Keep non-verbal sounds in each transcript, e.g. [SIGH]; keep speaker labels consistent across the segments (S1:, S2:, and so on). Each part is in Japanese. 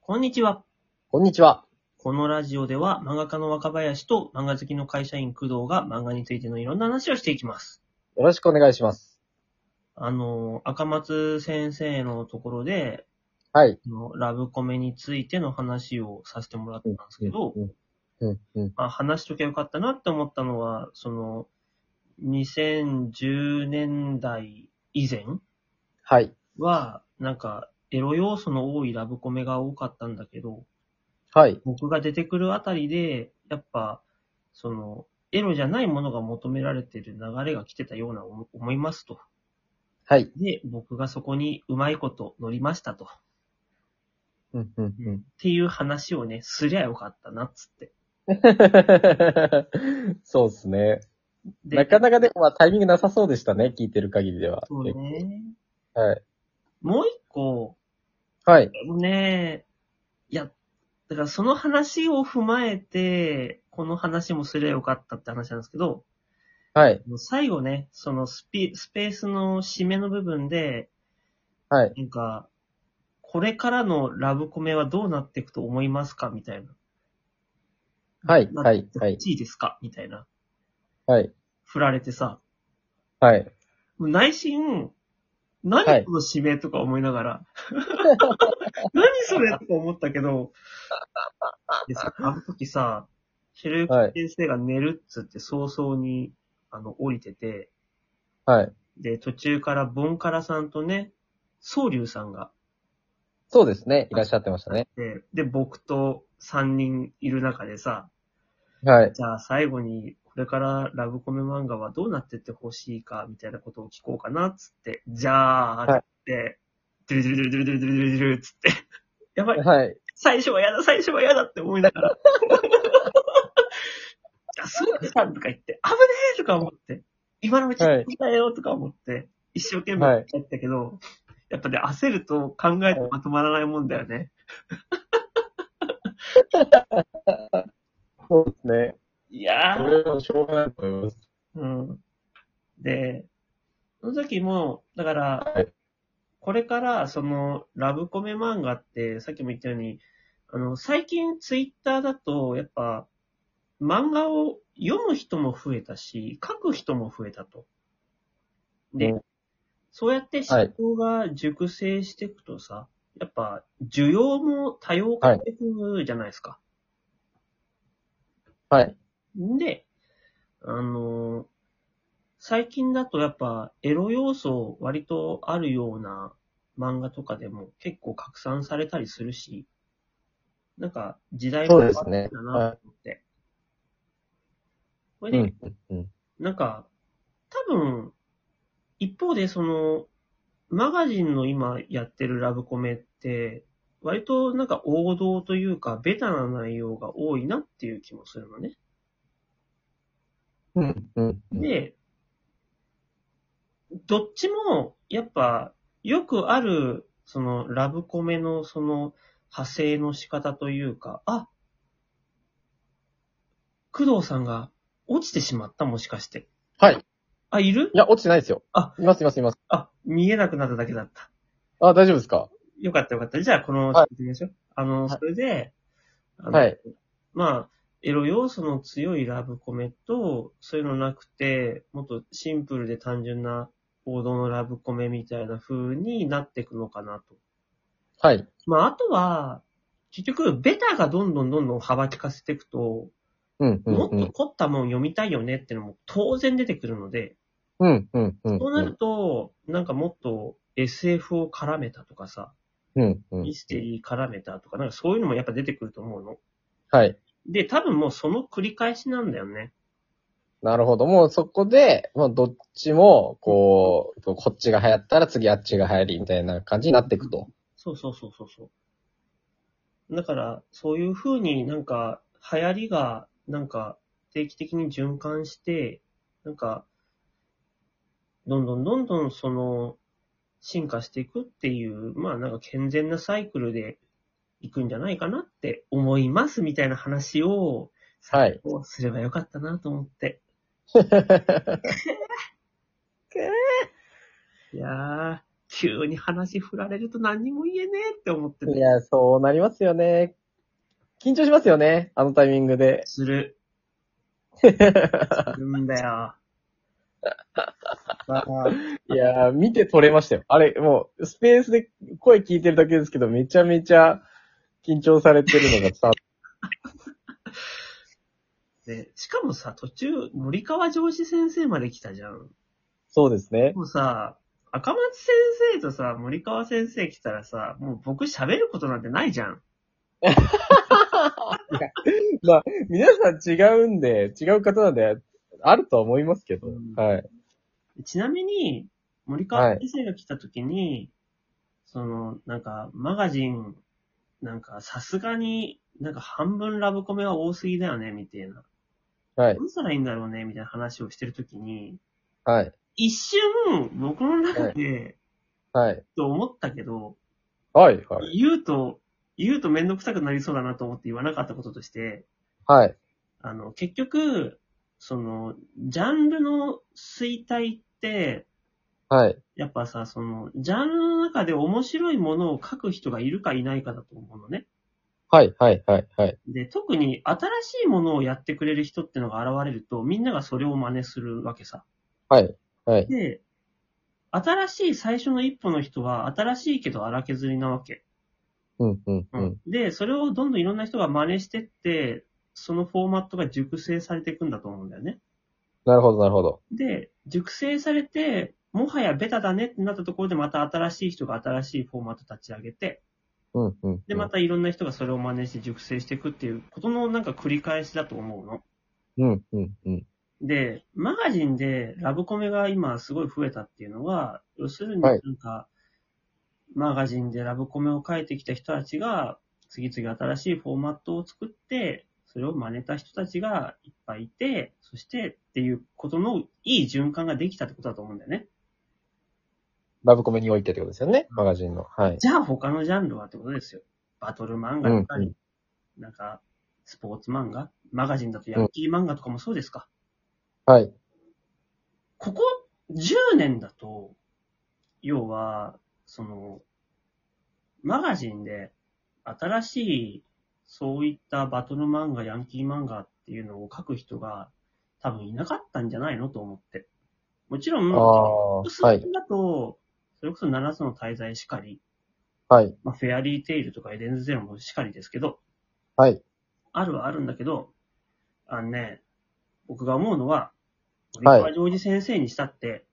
S1: こんにちは。
S2: こんにちは。
S1: このラジオでは漫画家の若林と漫画好きの会社員工藤が漫画についてのいろんな話をしていきます。
S2: よろしくお願いします。
S1: あの、赤松先生のところで、
S2: はい。
S1: あのラブコメについての話をさせてもらったんですけど、
S2: うん、うん。
S1: まあ、話しときゃよかったなって思ったのは、その、2010年代以前
S2: はい。
S1: は、なんか、エロ要素の多いラブコメが多かったんだけど、
S2: はい。
S1: 僕が出てくるあたりで、やっぱ、その、エロじゃないものが求められてる流れが来てたような思思いますと。
S2: はい。
S1: で、僕がそこにうまいこと乗りましたと。
S2: うん、うん、う
S1: っ
S2: ん。
S1: ていう話をね、すりゃよかったな、っつって。
S2: [LAUGHS] そうですね。
S1: で
S2: なかなかでも、まあ、タイミングなさそうでしたね。聞いてる限りでは。
S1: そうね。
S2: はい。
S1: もう一個、
S2: はい。
S1: ねいや、だからその話を踏まえて、この話もすりゃよかったって話なんですけど、
S2: はい。
S1: 最後ね、そのスピ、スペースの締めの部分で、
S2: はい。
S1: なんか、これからのラブコメはどうなっていくと思いますかみたいな。
S2: はい。
S1: な
S2: はい。はい。
S1: いいですかみたいな。
S2: はい。
S1: 振られてさ。
S2: はい。
S1: 内心、何
S2: はい
S1: この締めとか思いながら。
S2: [LAUGHS]
S1: 何それとか思ったけど。でさ、あの時さ、ひろゆき先生が寝るっつって早々に、あの、降りてて。
S2: はい。
S1: で、途中からボンカラさんとね、ソウリュウさんが
S2: そうですね。いらっしゃってましたね。
S1: で、で、僕と3人いる中でさ、
S2: はい。
S1: じゃあ最後に、これからラブコメ漫画はどうなってってほしいか、みたいなことを聞こうかな、つって、じゃあ、
S2: はい
S1: って、ドゥルドゥルドゥルドゥルドゥルドゥルドゥルつって、やばい、
S2: はい。
S1: 最初は嫌だ、最初は嫌だって思いなが
S2: [LAUGHS]
S1: ら。あ、そうでしたとか言って、危ねえとか思って、今のうち
S2: はい
S1: にだよとか思って、一生懸
S2: は
S1: 命
S2: い
S1: やったけど、やっぱね、焦ると考えてまとまらないもんだよね。
S2: そうですね。
S1: いや
S2: こ
S1: ー。
S2: れはしょうがないと思います。
S1: うん。で、その時も、だから、
S2: はい。
S1: これから、その、ラブコメ漫画って、さっきも言ったように、あの、最近ツイッターだと、やっぱ、漫画を読む人も増えたし、書く人も増えたと。で、
S2: うん
S1: そうやって思考が熟成していくとさ、やっぱ、需要も多様化していくじゃないですか。
S2: はい。
S1: で、あのー最近だとやっぱエロ要素割とあるような漫画とかでも結構拡散されたりするし、なんか時代も
S2: そう
S1: 変わ
S2: です
S1: って
S2: ね
S1: きたなと思って。これ
S2: う
S1: で、
S2: ん。うん。
S1: なんか、多分、一方でその、マガジンの今やってるラブコメって、割となんか王道というか、ベタな内容が多いなっていう気もするのね。
S2: うん。うん。うん
S1: で、どっちも、やっぱ、よくある、その、ラブコメの、その、派生の仕方というか、あ、工藤さんが落ちてしまった、もしかして。
S2: はい。
S1: あ、いる
S2: いや、落ちてないですよ。
S1: あ、
S2: います、います、います。
S1: あ、見えなくなっただけだった。
S2: あ、大丈夫ですか
S1: よかったよかった。じゃあ、この、
S2: は
S1: 行
S2: い
S1: きましょう。あの、
S2: い
S1: それで、あの
S2: はい。
S1: まあ、エロ要素の強いラブコメと、そういうのなくて、もっとシンプルで単純な王道のラブコメみたいな風になっていくのかなと。
S2: はい。
S1: まあ、あとは、結局、ベタがどんどんどんどん幅利かせていくと、
S2: うん、うん、
S1: もっ
S2: う
S1: と
S2: ん。
S1: 凝ったもん読みたいよねっていうのも当然出てくるので、
S2: うん、うん、うん。
S1: そうなると、なんかもっと SF を絡めたとかさ、
S2: うん、うん
S1: ミ。ステリー絡めたとか、なんかそういうのもやっぱ出てくると思うの。
S2: はい。
S1: で、多分もうその繰り返しなんだよね。
S2: なるほど。もうそこで、まあ、どっちも、こう、こっちが流行ったら次あっちが流行りみたいな感じになっていくと。
S1: そうそうそうそうそう。だから、そういう風になんか、流行りが、なんか、定期的に循環して、なんか、どんどんどんどんその、進化していくっていう、まあなんか健全なサイクルでいくんじゃないかなって思いますみたいな話を、
S2: はい。
S1: をすればよかったなと思
S2: [LAUGHS]
S1: って。いやー、急に話振られると何にも言えねえって思って
S2: い
S1: て。
S2: や、そうなりますよね。緊張しますよね。あのタイミング [LAUGHS]
S1: [LAUGHS]
S2: で。
S1: する。するんだよ。 [LAUGHS] だから
S2: いやー、見て取れましたよ。あれ、もう、スペースで声聞いてるだけですけど、めちゃめちゃ緊張されてるのが伝わっ
S1: で、しかもさ、途中、森川上司先生まで来たじゃん。
S2: [LAUGHS] そうですね。
S1: もうさ、赤松先生とさ、森川先生来たらさ、もう僕喋ることなんてないじゃん。
S2: まあ、皆さん違うんで、違う方なんで、あるとは思いますけど。
S1: うん
S2: はい。
S1: ちなみに、森川先生が来た時に、その、なんか、マガジン、なんか、さすがに、なんか半分ラブコメは多すぎだよね、みたいな。
S2: はい。
S1: どうしたらいいんだろうね、みたいな話をしてる時に、
S2: はい。
S1: 一瞬、僕の中で、
S2: はい。
S1: と思ったけど、
S2: はい。はい。
S1: 言うと、言うとめんどくさくなりそうだなと思って言わなかったこととして、
S2: はい。
S1: あの、結局、その、ジャンルの衰退って、
S2: はい。
S1: やっぱさ、その、ジャンルの中で面白いものを書く人がいるかいないかだと思うのね。
S2: はい。はい。はい。はい。
S1: で、特に新しいものをやってくれる人ってのが現れると、みんながそれを真似するわけさ。
S2: はい。はい。
S1: で、新しい最初の一歩の人は、新しいけど荒削りなわけ。
S2: うん。うん。う
S1: うんん。で、それをどんどんいろんな人が真似してって、そのフォーマットが熟成されていくんだと思うんだよね。
S2: なるほど。なるほど。
S1: で、熟成されて、もはやベタだねってなったところでまた新しい人が新しいフォーマット立ち上げて、
S2: うん。うん。
S1: で、またいろんな人がそれを真似して熟成していくっていうことのなんか繰り返しだと思うの。
S2: うん。うん。うん。
S1: で、マガジンでラブコメが今すごい増えたっていうのは、要するにな
S2: は
S1: ん
S2: い
S1: か、マガジンでラブコメを書いてきた人たちが、次々新しいフォーマットを作って、それを真似た人たちがいっぱいいて、そしてっていうことのいい循環ができたってことだと思うんだよね。
S2: ラブコメにおいてってことですよね。マガジンの。はい。
S1: じゃあ他のジャンルはってことですよ。バトル漫画とか、
S2: うん
S1: なんか、スポーツ漫画マガジンだとヤンキー漫画とかもそうですか。
S2: はい。
S1: ここ10年だと、要は、その、マガジンで新しい、そういったバトル漫画、ヤンキー漫画っていうのを書く人が多分いなかったんじゃないのと思って。もちろん、
S2: あ
S1: ボ
S2: あ
S1: ックス
S2: はい。
S1: だと、それこそ7つの滞在しかり、
S2: はい。
S1: まあ、フェアリーテイルとかエデンズゼロもしかりですけど、
S2: はい。
S1: あるはあるんだけど、あのね、僕が思うのは、森
S2: はい
S1: 川ジョージ先生にしたって、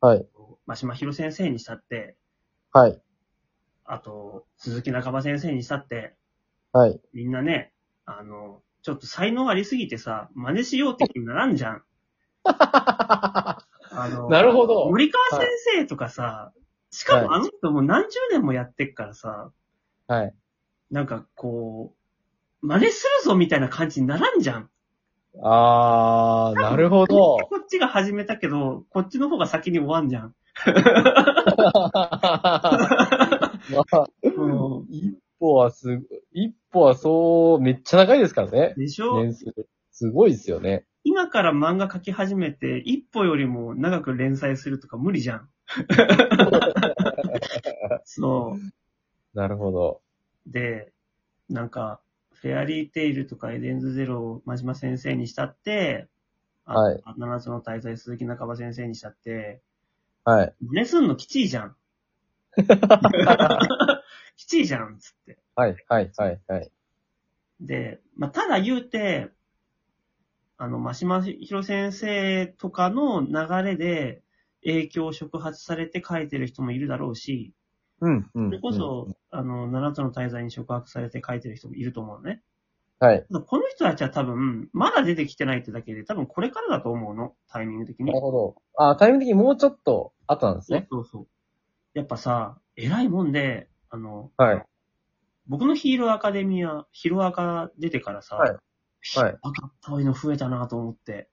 S2: はい。
S1: まあ、島広先生にしたって、
S2: はい。
S1: あと、鈴木中場先生にしたって、
S2: はい。
S1: みんなね、あの、ちょっと才能ありすぎてさ、真似しようって気にならんじゃん。あの、
S2: なるほど
S1: 森川先生とかさ、しかも
S2: は
S1: あの人もう何十年もやってっからさ、
S2: はい。
S1: なんかこう、真似するぞみたいな感じにならんじゃん。
S2: あー、なるほど。 [LAUGHS]
S1: こっちが始めたけど、こっちの方が先に終わんじゃん。
S2: まあ、
S1: うん
S2: 一歩はすご、一歩はそう、めっちゃ長いですからね。
S1: でしょ、
S2: 年数。すごいですよね。
S1: 今から漫画描き始めて、一歩よりも長く連載するとか無理じゃ
S2: [LAUGHS]
S1: ん。そ
S2: なるほど。
S1: う。で、なんか、フェアリーテイルとかエデンズゼロを真島先生にしたって、あ
S2: はい
S1: 七つの滞在鈴木中場先生にしたって、
S2: はい。
S1: 真似すんのきちいじゃ
S2: [LAUGHS]
S1: ん。 [LAUGHS] きちいじゃん、つって。
S2: はい、はい、はい、はい。
S1: で、まあ、ただ言うて、あの、ましまひろ先生とかの流れで影響を触発されて書いてる人もいるだろうし、
S2: うん、うん。
S1: それこそ、あの、7つの滞在に触発されて書いてる人もいると思うのね。
S2: うん。はい。
S1: ただこの人たちは多分、まだ出てきてないってだけで、多分これからだと思うの、タイミング的に
S2: なる。ほど。あー、タイミング的にもうちょっと後なんです
S1: そう
S2: ね。
S1: そうそう。やっぱさ、偉いもんで、あの、
S2: はい。
S1: 僕のヒーローアカデミア、ヒロアカ出てからさ、
S2: はいはい
S1: 赤っぽいの増えたなと思
S2: [LAUGHS]
S1: って。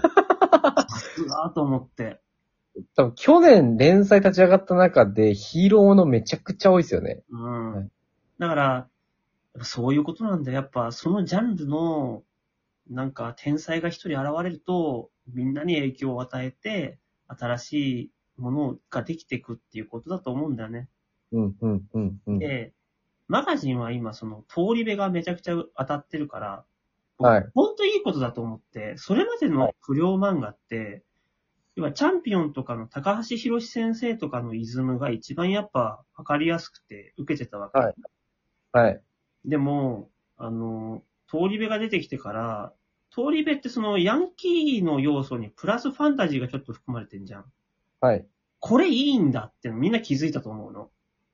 S1: さすがと思って。
S2: 多分、去年連載立ち上がった中で、ヒーローものめちゃくちゃ多いですよね。
S1: うん。
S2: はい
S1: だから、そういうことなんだよ。やっぱ、そのジャンルの、なんか、天才が一人現れると、みんなに影響を与えて、新しいものができていくっていうことだと思うんだよね。
S2: うん、うん、うん、うん。
S1: で、マガジンは今、その、通り部がめちゃくちゃ当たってるから、
S2: はい。
S1: 本当いいことだと思って、それまでの不良漫画って、要はチャンピオンとかの高橋博士先生とかのイズムが一番やっぱ分かりやすくて受けてたわけ。
S2: はいはい。
S1: でも、あの、通り部が出てきてから、通り部ってそのヤンキーの要素にプラスファンタジーがちょっと含まれてんじゃん。
S2: はい。
S1: これいいんだってみんな気づいたと思うの。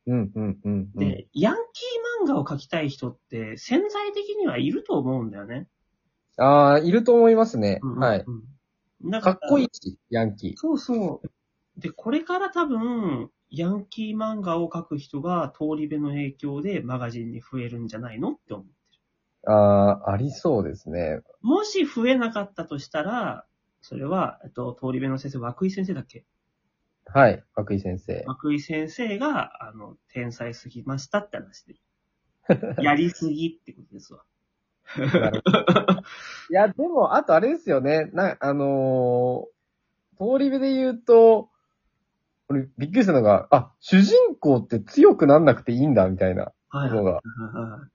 S2: うん、うん、うん。うん
S1: で、ヤンキー漫画を描きたい人って潜在的にはいると思うんだよね。
S2: ああ、いると思いますね。
S1: うんうんうん
S2: はい。。
S1: なん
S2: かっこい
S1: い。
S2: いし、ヤンキー。
S1: そうそう。で、これから多分、ヤンキー漫画を描く人が通り部の影響でマガジンに増えるんじゃないのって思う。
S2: ああ、ありそうですね。
S1: もし増えなかったとしたら、それは、えっと、通り部の先生、涌井先生だっけ
S2: はい。涌井先生。
S1: 涌井先生が、あの、天才すぎましたって
S2: [LAUGHS]
S1: 話で。やりすぎってことですわ。
S2: なるほどいや、でも、あとあれですよね。な、あのー通り部で言うと、俺びっくりしたのが、あ、主人公って強くなんなくていいんだ、みたいな
S1: はいはい
S2: の
S1: はい
S2: が。
S1: はい。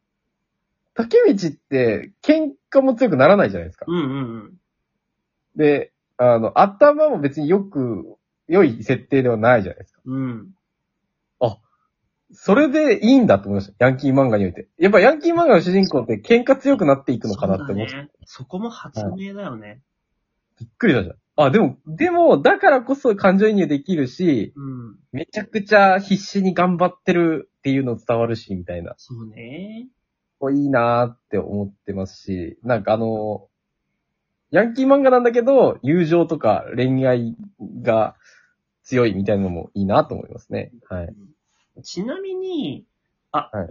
S2: 竹道って、喧嘩も強くならないじゃないですか。
S1: うんうんうん。
S2: で、あの、頭も別によく、良い設定ではないじゃないですか。
S1: うん。
S2: それでいいんだと思いました。ヤンキー漫画において。やっぱヤンキー漫画の主人公って喧嘩強くなっていくのかなって思って。
S1: そうだね。そこも発明だよね。
S2: びっくりしたじゃん。あ、でも、でも、だからこそ感情移入できるし、
S1: うん。
S2: めちゃくちゃ必死に頑張ってるっていうの伝わるし、みたいな。
S1: そうね。
S2: これいいなーって思ってますし、なんかあの、ヤンキー漫画なんだけど、友情とか恋愛が強いみたいなのもいいなと思いますね。はい。
S1: ちなみに、あ、
S2: はい